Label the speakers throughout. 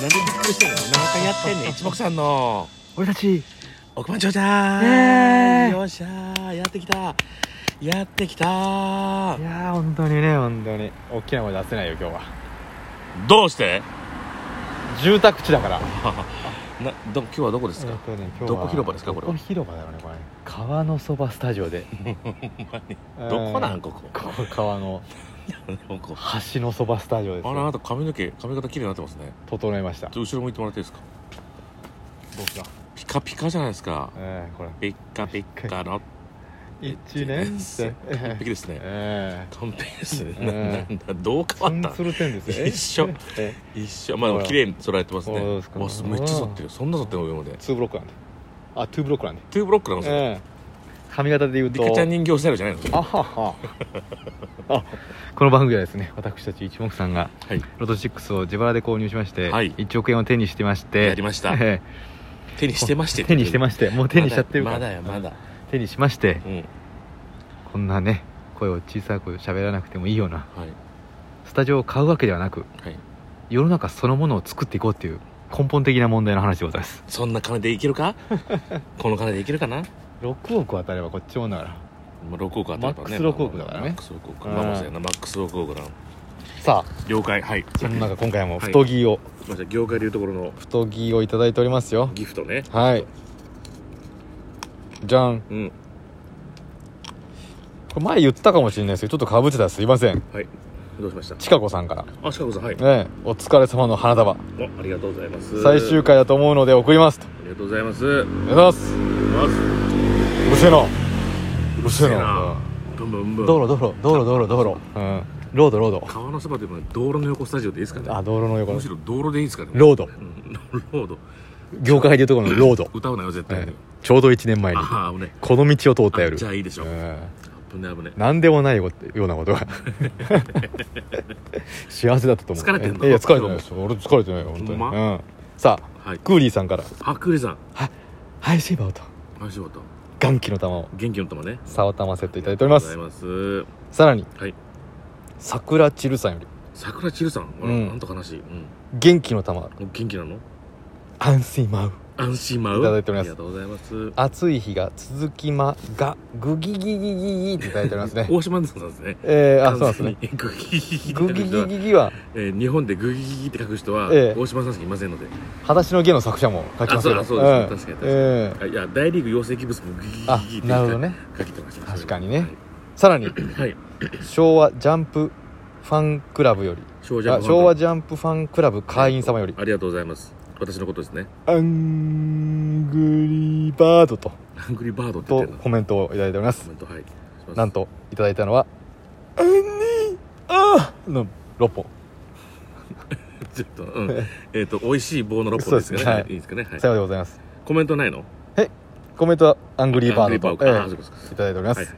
Speaker 1: なんでびっくりしてんの何回やってんねん一目散の
Speaker 2: 俺たち
Speaker 1: 億万長者ー、
Speaker 2: ねえ
Speaker 1: よっしゃーやってきたやってきた
Speaker 2: い
Speaker 1: ー
Speaker 2: やー本当にね本当に大きな声出せないよ今日は
Speaker 1: どうして
Speaker 2: 住宅地だから
Speaker 1: など今日はどこですか、
Speaker 2: えっとね今日は
Speaker 1: どこ広場ですかこれは
Speaker 2: どこ広場だろうねこれ川のそばスタジオで
Speaker 1: どこなん
Speaker 2: こ
Speaker 1: ここ
Speaker 2: こ川の
Speaker 1: ここ
Speaker 2: 橋のそばスタジオです
Speaker 1: あらあなた髪の毛髪型綺麗になってますね
Speaker 2: 整えました
Speaker 1: ちょっと後ろ向いてもらっていいですか
Speaker 2: 僕が
Speaker 1: ピカピカじゃないですか
Speaker 2: ええこれ
Speaker 1: ピッカピッカの
Speaker 2: 一年生
Speaker 1: 完璧ですね
Speaker 2: え
Speaker 1: 完璧 ですね、
Speaker 2: うん
Speaker 1: ななんだどう
Speaker 2: え
Speaker 1: 変わった
Speaker 2: ツンツルテンですよ
Speaker 1: 一緒
Speaker 2: え
Speaker 1: 一緒まあでも綺麗に揃えてますね
Speaker 2: そうですか
Speaker 1: わすめっちゃ揃ってるそんな揃ってるの今まで
Speaker 2: えツーブロックなんであツーブロックなんで
Speaker 1: トゥーブロックなのそれ
Speaker 2: ええ髪型で言う
Speaker 1: リ
Speaker 2: と
Speaker 1: カちゃん人形スタイルじゃないのそれ
Speaker 2: あは はあこの番組はですね私たち一目さんが
Speaker 1: はい
Speaker 2: ロト6を自腹で購入しまして、
Speaker 1: はい
Speaker 2: 1億円を手にしてまして
Speaker 1: やりま した
Speaker 2: え
Speaker 1: 手にしてまし
Speaker 2: え
Speaker 1: て
Speaker 2: 手にしてましてもう手にしちゃってるから
Speaker 1: まだよまだよ
Speaker 2: 手にしまし
Speaker 1: ま
Speaker 2: て
Speaker 1: だうん
Speaker 2: こんなね声を小さい声を喋らなくてもいいような
Speaker 1: はい
Speaker 2: スタジオを買うわけではなく
Speaker 1: はい
Speaker 2: 世の中そのものを作っていこうっていう根本的な問題の話でございます
Speaker 1: そんな金でいけるか この金でいけるかな
Speaker 2: 6億当たればこっちもんだから
Speaker 1: まあ6億当たればね
Speaker 2: マックス6億だからね
Speaker 1: マックス6億まあまあそうやなマックス6億だな
Speaker 2: さ
Speaker 1: 了解はい
Speaker 2: あそんな中今回も
Speaker 1: はい
Speaker 2: 太着を、
Speaker 1: すいません業界でいうところの
Speaker 2: 太着をいただいておりますよ
Speaker 1: ギフトね
Speaker 2: はいじゃん
Speaker 1: うん
Speaker 2: これ前言ったかもしれないですけどちょっとかぶってたらすいません
Speaker 1: はいどうしました
Speaker 2: ちかこさんから
Speaker 1: あシカゴさんはい
Speaker 2: ねえお疲れ様の花束
Speaker 1: おありがとうございます
Speaker 2: 最終回だと思うので送りますと
Speaker 1: ありがとうございます
Speaker 2: ありがとうございます
Speaker 1: ま
Speaker 2: うるせえなうるせ
Speaker 1: うるせ
Speaker 2: え
Speaker 1: え
Speaker 2: な
Speaker 1: なずブンブンブン
Speaker 2: 道路道路道路道路道路うんロードロード
Speaker 1: 川のそばというのは道路の横スタジオでいいですかね
Speaker 2: あ道路の横
Speaker 1: むしろ道路でいいですかね
Speaker 2: ロード
Speaker 1: うんロード
Speaker 2: 業界でいうところのロード
Speaker 1: 歌うなよ絶対
Speaker 2: ええ
Speaker 1: に
Speaker 2: ちょうど1年前に
Speaker 1: ああ危ね
Speaker 2: この道を通った
Speaker 1: あ
Speaker 2: 夜
Speaker 1: じゃあいいでしょ
Speaker 2: うん
Speaker 1: 危ね危ね
Speaker 2: 何でもないことようなこと が幸せだったと思う
Speaker 1: 疲れてんの
Speaker 2: えいや疲れてないです俺疲れてないよ本当に、
Speaker 1: ほん
Speaker 2: うんさあ
Speaker 1: はい
Speaker 2: クーリーさんから
Speaker 1: あクーリーさん
Speaker 2: 「はいシーバーを」と
Speaker 1: お仕事
Speaker 2: 元気の玉を
Speaker 1: 元気の玉ね
Speaker 2: 沢玉セットいただいて
Speaker 1: あ
Speaker 2: お
Speaker 1: り
Speaker 2: りま
Speaker 1: がとうござ
Speaker 2: す
Speaker 1: います
Speaker 2: さらに、
Speaker 1: はい
Speaker 2: 桜チルさんより
Speaker 1: 桜千ルさんあら
Speaker 2: うん
Speaker 1: なんと悲しいうん
Speaker 2: 元気の玉
Speaker 1: お元気なの
Speaker 2: 安心舞う
Speaker 1: 安心舞う
Speaker 2: いただいております
Speaker 1: ありがとうございます
Speaker 2: 暑い日が続きまがぐぎぎぎぎぎっていただいておりますね
Speaker 1: 大島さんですね
Speaker 2: えー、あそうなんですね
Speaker 1: 完全にグギギギ
Speaker 2: ぐぎ
Speaker 1: ギ
Speaker 2: ぎぎぎは
Speaker 1: えー日本でグギギギって書く人は
Speaker 2: ええ
Speaker 1: 大島さんしかいませんので
Speaker 2: 「裸足の芸」の作者も書きますよ
Speaker 1: あそうあそうですね確かに確かに
Speaker 2: え
Speaker 1: あいや大リーグ養成技物もグギギギギ
Speaker 2: あ
Speaker 1: って
Speaker 2: なるほどね
Speaker 1: 書きてました
Speaker 2: 確かにねーさらに
Speaker 1: はいはい
Speaker 2: 昭和ジャンプファンクラブより
Speaker 1: 少女
Speaker 2: あ昭和ジャンプファンクラブ会員様より
Speaker 1: ありがとうございます私のことですね
Speaker 2: 「アングリーバードと」
Speaker 1: ハングリーバードって言
Speaker 2: と
Speaker 1: ってるの
Speaker 2: コメントをいただいております
Speaker 1: コメントはい
Speaker 2: なんといただいたのは「アンニーあー」の6本
Speaker 1: ちょっと、 うん、えっ、と、美味しい棒の六本ですかね。
Speaker 2: そうですねはい
Speaker 1: い、いですかね。はい
Speaker 2: さ。ようでございます
Speaker 1: コメントないの。
Speaker 2: コメントはアングリーバードと、
Speaker 1: アングリ
Speaker 2: え
Speaker 1: ーバードかあそうかそう
Speaker 2: えいただいております、
Speaker 1: はいはい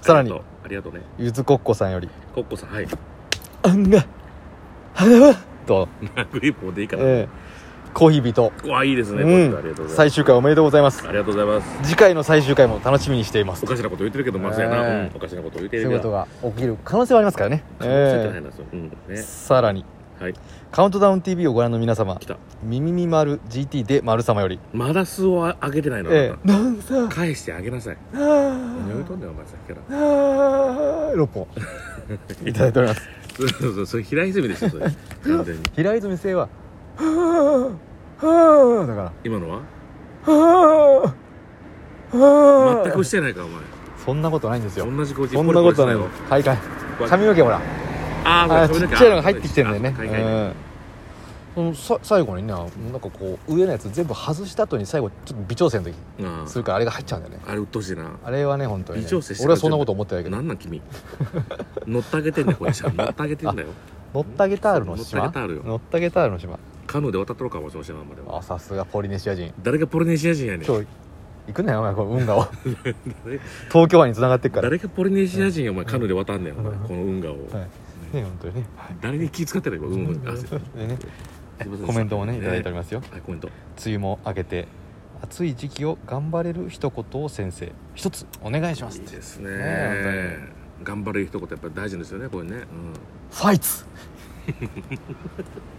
Speaker 2: さらに
Speaker 1: ありがとうありがとうね。
Speaker 2: ゆずこっこさんより
Speaker 1: コッコさん、はい。
Speaker 2: 「あんが花は」と、
Speaker 1: グリップもでいいから。
Speaker 2: ええコーヒー人
Speaker 1: うわ、いいですね。
Speaker 2: う
Speaker 1: コッコさんありがとうご
Speaker 2: ん
Speaker 1: ざい
Speaker 2: 最終回おめでとうございま
Speaker 1: ますす。ありがとうございます。
Speaker 2: 次回の最終回も楽しみにしています
Speaker 1: お
Speaker 2: そ
Speaker 1: かしなこと言ってるけど、まあ、そうやな、
Speaker 2: ええ
Speaker 1: うんおかしなこと言って
Speaker 2: う
Speaker 1: る
Speaker 2: い
Speaker 1: けど。
Speaker 2: うことが起きる可能性はありますからね、
Speaker 1: そうやって
Speaker 2: え
Speaker 1: ない
Speaker 2: え
Speaker 1: なそううん、ね。
Speaker 2: さらに
Speaker 1: はい。
Speaker 2: 「カウントダウン t v をご覧の皆様
Speaker 1: 来た。
Speaker 2: 「みみみまる GT」で「まる様」より
Speaker 1: まだ数を上げてない
Speaker 2: 「
Speaker 1: の。あ
Speaker 2: え
Speaker 1: なた
Speaker 2: えなんさ
Speaker 1: 返してあげなさい。
Speaker 2: あ
Speaker 1: 何を言うと
Speaker 2: ー
Speaker 1: んねん、お前さっき から。
Speaker 2: あー」6本いただいております
Speaker 1: そうそうそう、それ平泉でしょ、 それ。完全に。
Speaker 2: 平泉星は「はあはあ」だから
Speaker 1: 今のは。
Speaker 2: 「はあはあ」
Speaker 1: 全くしてないか、お前。
Speaker 2: そんなことないんですよ
Speaker 1: 同じ工事。
Speaker 2: そんなことない
Speaker 1: ポ
Speaker 2: の
Speaker 1: リポリし
Speaker 2: はいはい
Speaker 1: わ
Speaker 2: 髪の毛ほら
Speaker 1: あ
Speaker 2: あ
Speaker 1: あ、
Speaker 2: ー
Speaker 1: そう
Speaker 2: ち
Speaker 1: 髪の
Speaker 2: っ
Speaker 1: 毛
Speaker 2: ちゃいのが入ってきてるんだよ
Speaker 1: あ買い替え
Speaker 2: ねうんうんそのさ最後にねなんかこう上のやつ全部外した後に最後ちょっと微調整の時
Speaker 1: うん
Speaker 2: するからあれが入っちゃうんだよね
Speaker 1: あれ鬱陶しいな
Speaker 2: あれはね本当にね
Speaker 1: 微調整して
Speaker 2: 俺はそんなこと思ってないけど
Speaker 1: なんなん君乗ってあげてんだよこれ乗ってあげてんだ よ
Speaker 2: ノッタゲタールの島
Speaker 1: ノッタゲタールよ
Speaker 2: ノッタゲタールの島
Speaker 1: カヌーで渡ったのかもしれませんまでは
Speaker 2: あさすがポリネシア人
Speaker 1: 誰がポリネシア人やねん
Speaker 2: 今日行くなよお前この運河を 東京湾に繋がってっからね
Speaker 1: 誰がポリネシア人やお前カヌーで渡んねんお前
Speaker 2: うん
Speaker 1: この運河を
Speaker 2: はい本当にね
Speaker 1: 誰に気使ってないこれ運河あすいま
Speaker 2: でね
Speaker 1: せん
Speaker 2: コメントもねいただいておりますよ
Speaker 1: はいコメント
Speaker 2: 梅雨も明けて暑い時期を頑張れる一言を先生一つお願いします
Speaker 1: いいです
Speaker 2: ねえ
Speaker 1: ね頑張る一言やっぱり大事ですよねこれね
Speaker 2: ファイツ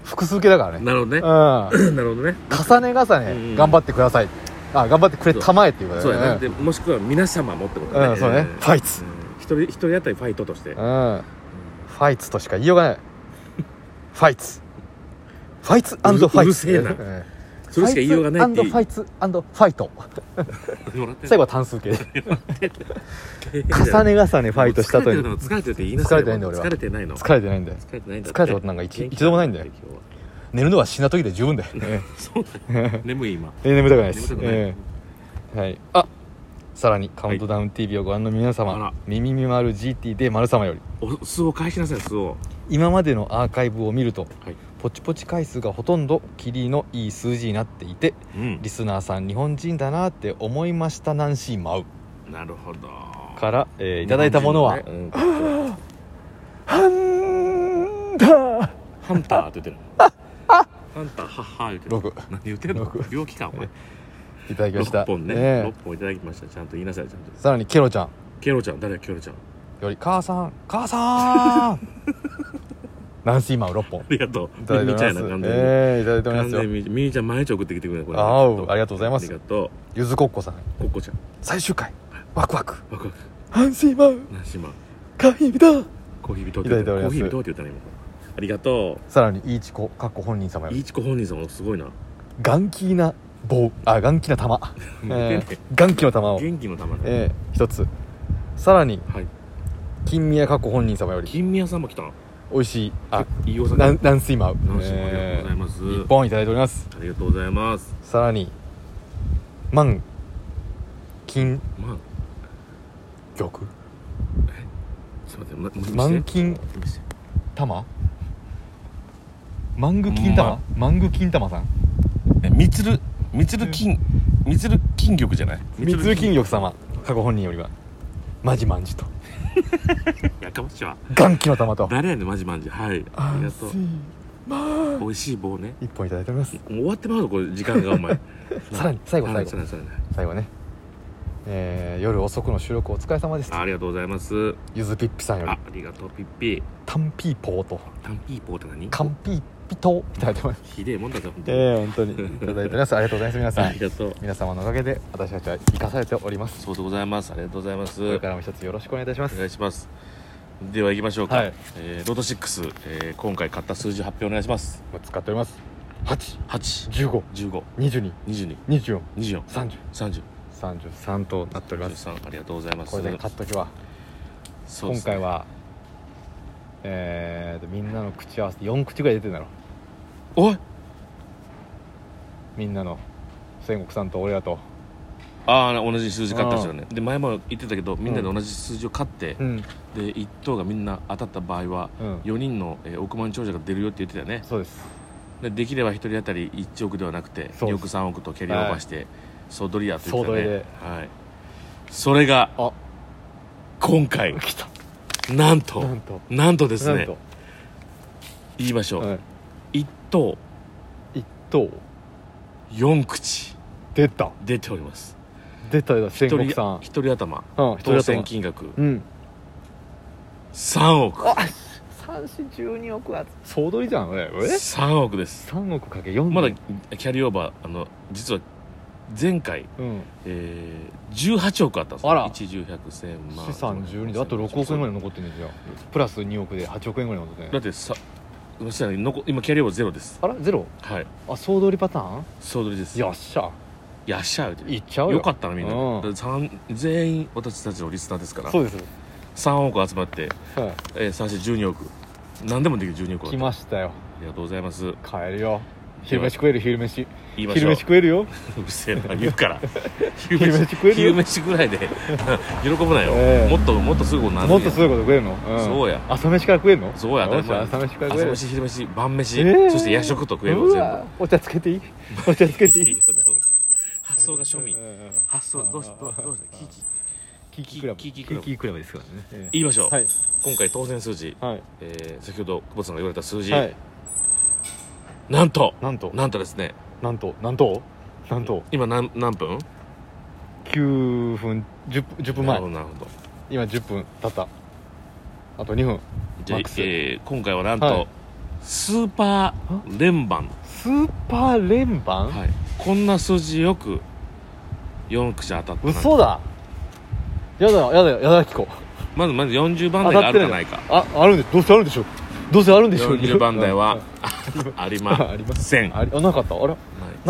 Speaker 2: 複数形だからね
Speaker 1: なるほ
Speaker 2: う
Speaker 1: ど
Speaker 2: ん
Speaker 1: ね なるほどね
Speaker 2: 重ね重
Speaker 1: うんうん
Speaker 2: ね頑張ってくださいあ頑張ってくれたまえっていうこと
Speaker 1: そうや
Speaker 2: だ
Speaker 1: な
Speaker 2: よ
Speaker 1: で
Speaker 2: ね
Speaker 1: もしくは皆様もってこと
Speaker 2: う
Speaker 1: ね
Speaker 2: んそうね
Speaker 1: ん
Speaker 2: ファイツ
Speaker 1: うん一人一人当たりファイトとして
Speaker 2: うんファイツとしか言いようがないファイツファイツファイツ
Speaker 1: うるうるせえな
Speaker 2: うん
Speaker 1: それしか言いようがないっていう
Speaker 2: ファイツファイト
Speaker 1: もらって
Speaker 2: 最後は単数形で重
Speaker 1: ね
Speaker 2: ね重ねファイトした後
Speaker 1: 疲れて
Speaker 2: に
Speaker 1: るの疲れてるって言いな
Speaker 2: 疲
Speaker 1: さい
Speaker 2: れてないんだ俺は
Speaker 1: 疲れてないの
Speaker 2: 疲れてないんだよ
Speaker 1: 疲れてないんだって
Speaker 2: 疲れたことなんか一
Speaker 1: 元気
Speaker 2: 一度もないんだよ
Speaker 1: 今日は
Speaker 2: 寝るのは死んだ時で十分だよ
Speaker 1: そう だ眠い今
Speaker 2: え眠たくないで
Speaker 1: 眠
Speaker 2: す
Speaker 1: たくない、
Speaker 2: ええはいあさらに「カウントダウン TV」をご覧の皆
Speaker 1: あ
Speaker 2: 様
Speaker 1: ら
Speaker 2: 「ミミミマル GT」で「丸様より
Speaker 1: お酢を返しなさい酢を
Speaker 2: 今までのアーカイブを見ると、
Speaker 1: はい
Speaker 2: ポチポチ回数がほとんどキリのいい数字になっていて
Speaker 1: うん
Speaker 2: リスナーさん日本人だなって思いましたナンシーマウ
Speaker 1: なるほど
Speaker 2: から、えーいただいたものは
Speaker 1: 日本人のねうん
Speaker 2: 「ハンダ
Speaker 1: ハンターって言ってるハンターハッハー言ってる
Speaker 2: 六
Speaker 1: 何言ってんの
Speaker 2: 六
Speaker 1: 病気かお前
Speaker 2: いただきました
Speaker 1: 6本ね
Speaker 2: ええ
Speaker 1: 6本いただきましたちゃんと言いなさいちゃんと
Speaker 2: さらにケロちゃん
Speaker 1: ケロちゃん誰ケロちゃんあ
Speaker 2: より「母さん母 さん! 」ナンシーマウ6本
Speaker 1: りがとう
Speaker 2: いただいて
Speaker 1: みーちゃ
Speaker 2: お
Speaker 1: んやな完
Speaker 2: ります
Speaker 1: 全に
Speaker 2: ええいただいておりま
Speaker 1: 完
Speaker 2: す
Speaker 1: 全
Speaker 2: よ
Speaker 1: にみーみーちゃん毎日送ってきてくれこれ
Speaker 2: あうありがとうございま
Speaker 1: あり
Speaker 2: す
Speaker 1: がと
Speaker 2: ゆずこっこさん
Speaker 1: うこっこちゃん
Speaker 2: 最終回ワクワク
Speaker 1: ワクワク
Speaker 2: ハンシーマウ
Speaker 1: 何島
Speaker 2: カフィだ
Speaker 1: コーヒー人って言った
Speaker 2: いただいており
Speaker 1: コ
Speaker 2: ま
Speaker 1: ー
Speaker 2: す
Speaker 1: ヒー人って言ったね今ありがと
Speaker 2: さらにイーチコかっこ本人様
Speaker 1: う
Speaker 2: よ
Speaker 1: い
Speaker 2: り
Speaker 1: いちこ本人さんもすごいな
Speaker 2: 元気な棒あ元気 な玉、えー元気の玉を、
Speaker 1: 元気の玉ね
Speaker 2: えー、一つさらに
Speaker 1: はい
Speaker 2: 金宮かっこ本人様より
Speaker 1: 金宮さんも来た
Speaker 2: 美味しいあ
Speaker 1: 飯尾さん
Speaker 2: ランランスイマウ
Speaker 1: ナンシーもありがとうございます
Speaker 2: えー一本いただいております
Speaker 1: ありがとうございます
Speaker 2: さらに満金
Speaker 1: まあ
Speaker 2: 玉
Speaker 1: すいませんまもう一回
Speaker 2: 満
Speaker 1: して
Speaker 2: 金
Speaker 1: もう一回して
Speaker 2: 玉マング金玉、
Speaker 1: ま
Speaker 2: マング金玉さん
Speaker 3: えみつるみつる金みつる金玉じゃない
Speaker 2: 三鶴金玉様過去本人よりはマジマンジと
Speaker 1: やかましいわ
Speaker 2: 元気の玉と
Speaker 1: 誰やねんマジマジはいありがとう美味しい棒ね
Speaker 2: 一本いただいております
Speaker 1: もう終わってまうぞこれ時間がお前
Speaker 2: さらに最後
Speaker 1: は
Speaker 2: 最
Speaker 1: い
Speaker 2: 後
Speaker 1: さらにさらに
Speaker 2: 最後ね、えー夜遅くの収録お疲れ様です
Speaker 1: あありがとうございます
Speaker 2: ゆずぴっぴさんよ
Speaker 1: あ
Speaker 2: り
Speaker 1: ありがとうピッピー
Speaker 2: タンピーポーと
Speaker 1: タンピーポーって何
Speaker 2: カンピーピトーいただいてます
Speaker 1: ひでえもんだぞ本当に
Speaker 2: ええ本当にいただいておりますありがとうございます皆さ
Speaker 1: あ
Speaker 2: ん
Speaker 1: りがとう
Speaker 2: 皆様のおかげで私たちは生かされております
Speaker 1: そうでございますありがとうございます
Speaker 2: これ
Speaker 1: お
Speaker 2: からも一つよろしくお願いいたします
Speaker 1: 願いしますでは行きましょうか、
Speaker 2: はい
Speaker 1: えーロード6、えー、今回買った数字発表お願いします
Speaker 2: 使っております8
Speaker 1: 8
Speaker 2: 15
Speaker 1: 15
Speaker 2: 22
Speaker 1: 22
Speaker 2: 24
Speaker 1: 24
Speaker 2: 30
Speaker 1: 30
Speaker 2: 33となっております
Speaker 1: 13ありがとうございます
Speaker 2: これで買っときは
Speaker 1: そうで
Speaker 2: 今
Speaker 1: すね
Speaker 2: 回はえーとみんなの口合わせて4口ぐらい出てんだろ
Speaker 1: おい
Speaker 2: みんなの千石さんと俺らと
Speaker 1: ああ同じ数字買ったんですよねで前も言ってたけどみんなで同じ数字を買って、
Speaker 2: ん
Speaker 1: で1等がみんな当たった場合は
Speaker 2: うん
Speaker 1: 4人の、えー億万長者が出るよって言ってたよね
Speaker 2: そうです
Speaker 1: でできれば1人当たり1億ではなくて
Speaker 2: そう
Speaker 1: 2
Speaker 2: です
Speaker 1: 億3億とキャリアオーバーして総取りやって言ってた
Speaker 2: 総取
Speaker 1: ねはいそれが
Speaker 2: あ
Speaker 1: 今回
Speaker 2: 来た
Speaker 1: なんと
Speaker 2: なんと
Speaker 1: なんとです
Speaker 2: なん
Speaker 1: ね
Speaker 2: と
Speaker 1: 言いましょ
Speaker 2: う
Speaker 1: うん1等
Speaker 2: 一等
Speaker 1: 4口
Speaker 2: 出た
Speaker 1: 出ております
Speaker 2: 出たよ千
Speaker 1: 1
Speaker 2: 石
Speaker 1: 人
Speaker 2: さん
Speaker 1: 1人頭
Speaker 2: うん一
Speaker 1: 当
Speaker 2: 人
Speaker 1: 選
Speaker 2: 選
Speaker 1: 金額
Speaker 2: うん
Speaker 1: 3億
Speaker 2: 三四十二億は総取りじゃん俺え
Speaker 1: 3億です
Speaker 2: 三億かけ四
Speaker 1: まだキャリーオーバーあの実は前回
Speaker 2: うん
Speaker 1: えー、18億あったんですよ
Speaker 2: あら
Speaker 1: 一重百千万
Speaker 2: 資産十二であと六億円ぐらい残ってるんですよプラス二億で八億円ぐらい残って
Speaker 1: だっ
Speaker 2: ね
Speaker 1: てさそしたら残今キャリーオーバーゼロです
Speaker 2: あらゼロ
Speaker 1: はい
Speaker 2: あ総取りパターン
Speaker 1: 総取りです
Speaker 2: よっしゃ
Speaker 1: やっしゃうて
Speaker 2: いっちゃうよ
Speaker 1: よかったなみんな
Speaker 2: うん
Speaker 1: だから三全員私たちのリスナーですから
Speaker 2: そうです
Speaker 1: 3億集まって、
Speaker 2: は
Speaker 1: えー、三して12億何でもできる12億
Speaker 2: い来ましたよ
Speaker 1: ありがとうございます
Speaker 2: 帰るよ昼飯食える昼飯
Speaker 1: 言いましょ
Speaker 2: 昼
Speaker 1: う
Speaker 2: 飯食え るよ
Speaker 1: うるせえな言うから 昼
Speaker 2: 昼飯食えるよ
Speaker 1: 昼飯ぐらいで 喜ぶなよ、
Speaker 2: ええ
Speaker 1: もっともっとすぐことなんね
Speaker 2: もっとすごいこと食えるの、うん、
Speaker 1: そうや
Speaker 2: 朝飯から食えるの
Speaker 1: そうや当た
Speaker 2: よ
Speaker 1: り
Speaker 2: し
Speaker 1: 前
Speaker 2: 朝飯から食え
Speaker 1: 朝
Speaker 2: る
Speaker 1: 飯昼飯晩飯、
Speaker 2: ええ
Speaker 1: そして夜食と食える全
Speaker 2: うわお茶つけていいお茶つけて
Speaker 1: 部
Speaker 2: い
Speaker 1: いい
Speaker 2: い
Speaker 1: よでも発想が庶民発想どうしどうどうしたキキ
Speaker 2: キキクラブ
Speaker 1: キキクラブ
Speaker 2: キクラブですからねええ
Speaker 1: 言いましょう、
Speaker 2: はい
Speaker 1: 今回当選数字、
Speaker 2: はい
Speaker 1: えー、先ほど久保田さんが言われた数字、
Speaker 2: はい
Speaker 1: なんと
Speaker 2: なんと
Speaker 1: なんとですね
Speaker 2: なんとなんとなんと
Speaker 1: 今何何分
Speaker 2: 9分10分10分
Speaker 1: なる
Speaker 2: 前
Speaker 1: ほどなるほど
Speaker 2: 今10分経ったあと2分
Speaker 1: じゃあ
Speaker 2: マック、ス
Speaker 1: えー今回はなんと、
Speaker 2: はい
Speaker 1: スーパー連番
Speaker 2: スーパー連番、
Speaker 1: はいこんな数字よく4口当たったな
Speaker 2: 嘘だやだやだやだきこ
Speaker 1: まずまず40番
Speaker 2: 当
Speaker 1: 台が
Speaker 2: た
Speaker 1: あ
Speaker 2: っ
Speaker 1: る
Speaker 2: てる
Speaker 1: じゃないか
Speaker 2: ああるんでどうせあるんでしょどうせあるんでしょ
Speaker 1: 40番台はあり
Speaker 2: あ
Speaker 1: ま
Speaker 2: ります
Speaker 1: せん
Speaker 2: ありあなかったあれ
Speaker 1: な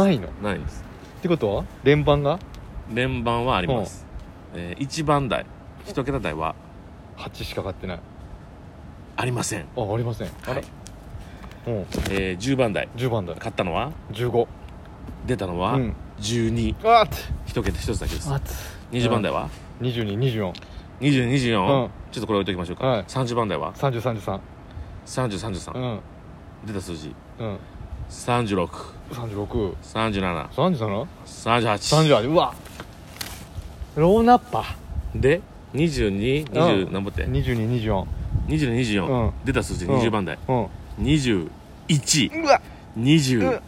Speaker 2: ないのっ
Speaker 1: いないです
Speaker 2: てことは連番が
Speaker 1: 連番はあります、えー、1番台1桁台は
Speaker 2: 8しか買ってない
Speaker 1: ありません、
Speaker 2: あありませんあ
Speaker 1: は
Speaker 2: れ
Speaker 1: い
Speaker 2: うん
Speaker 1: えー、10番台
Speaker 2: 10番だよ
Speaker 1: 買ったのは
Speaker 2: 15
Speaker 1: 出たの
Speaker 2: う
Speaker 1: は
Speaker 2: ん
Speaker 1: 121
Speaker 2: あっ
Speaker 1: 桁1つだけです
Speaker 2: あっ
Speaker 1: 20番台は
Speaker 2: 2224
Speaker 1: 2024、
Speaker 2: うん
Speaker 1: ちょっとこれ置いときましょうか、
Speaker 2: はい
Speaker 1: 30番台は
Speaker 2: 3033
Speaker 1: 3033、
Speaker 2: うん
Speaker 1: 出た数字
Speaker 2: うん
Speaker 1: 363738
Speaker 2: 36 37 38うわローナッパ
Speaker 1: で2220、
Speaker 2: うん
Speaker 1: 何ぼって
Speaker 2: 2224
Speaker 1: 2224、
Speaker 2: うん
Speaker 1: 出た数字
Speaker 2: うん
Speaker 1: 20番台、
Speaker 2: うん
Speaker 1: 2123
Speaker 2: うわ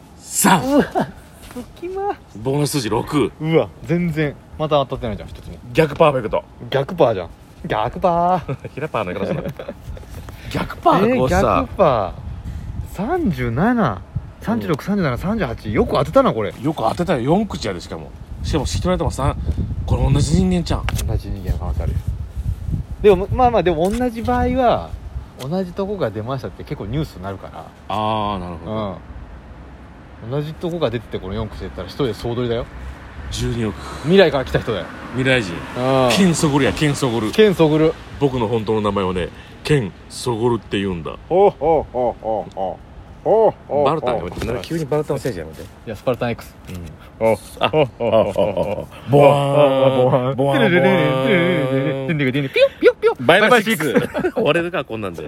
Speaker 2: 隙間
Speaker 1: ボーナス数字6
Speaker 2: うわ全然また当たってないじゃん一つも
Speaker 1: 逆パーフェクト
Speaker 2: 逆パーじゃん逆パー
Speaker 1: 平パーの言い方する 逆パー
Speaker 2: え
Speaker 1: こ
Speaker 2: ー
Speaker 1: うさ
Speaker 2: 逆、パー37363738よく当てたなこれ
Speaker 1: よく当てたら4口やでしかもしかも一人頭3これ同じ人間ちゃん
Speaker 2: 同じ人間の可能性あるよでもまあまあでも同じ場合は同じとこが出ましたって結構ニュースになるか
Speaker 1: ああなるほ
Speaker 2: ら、
Speaker 1: ど、
Speaker 2: うん、同じとこが出ててこの4口で言ったら一人で総取りだよ
Speaker 1: 12億
Speaker 2: 未来から来た人だよ、
Speaker 1: 未来人ケ
Speaker 2: う
Speaker 1: ンソゴルやケンソゴル
Speaker 2: ん、ケン・ソグル
Speaker 1: 僕の本当の名前はねケン・ソゴルって言うんだ
Speaker 4: ほうほうほうほうほうほうほう
Speaker 1: バルタンやめてなんか急にバルタン政治やめて
Speaker 2: いやスパルタン X
Speaker 1: ボ
Speaker 2: テレレレレレレレレレレレレレレレレレピヨッピヨッピヨッ
Speaker 1: バイバイ
Speaker 2: シ
Speaker 1: シ
Speaker 2: ッ
Speaker 1: ッ
Speaker 2: クス
Speaker 1: クス終われるかこんなんで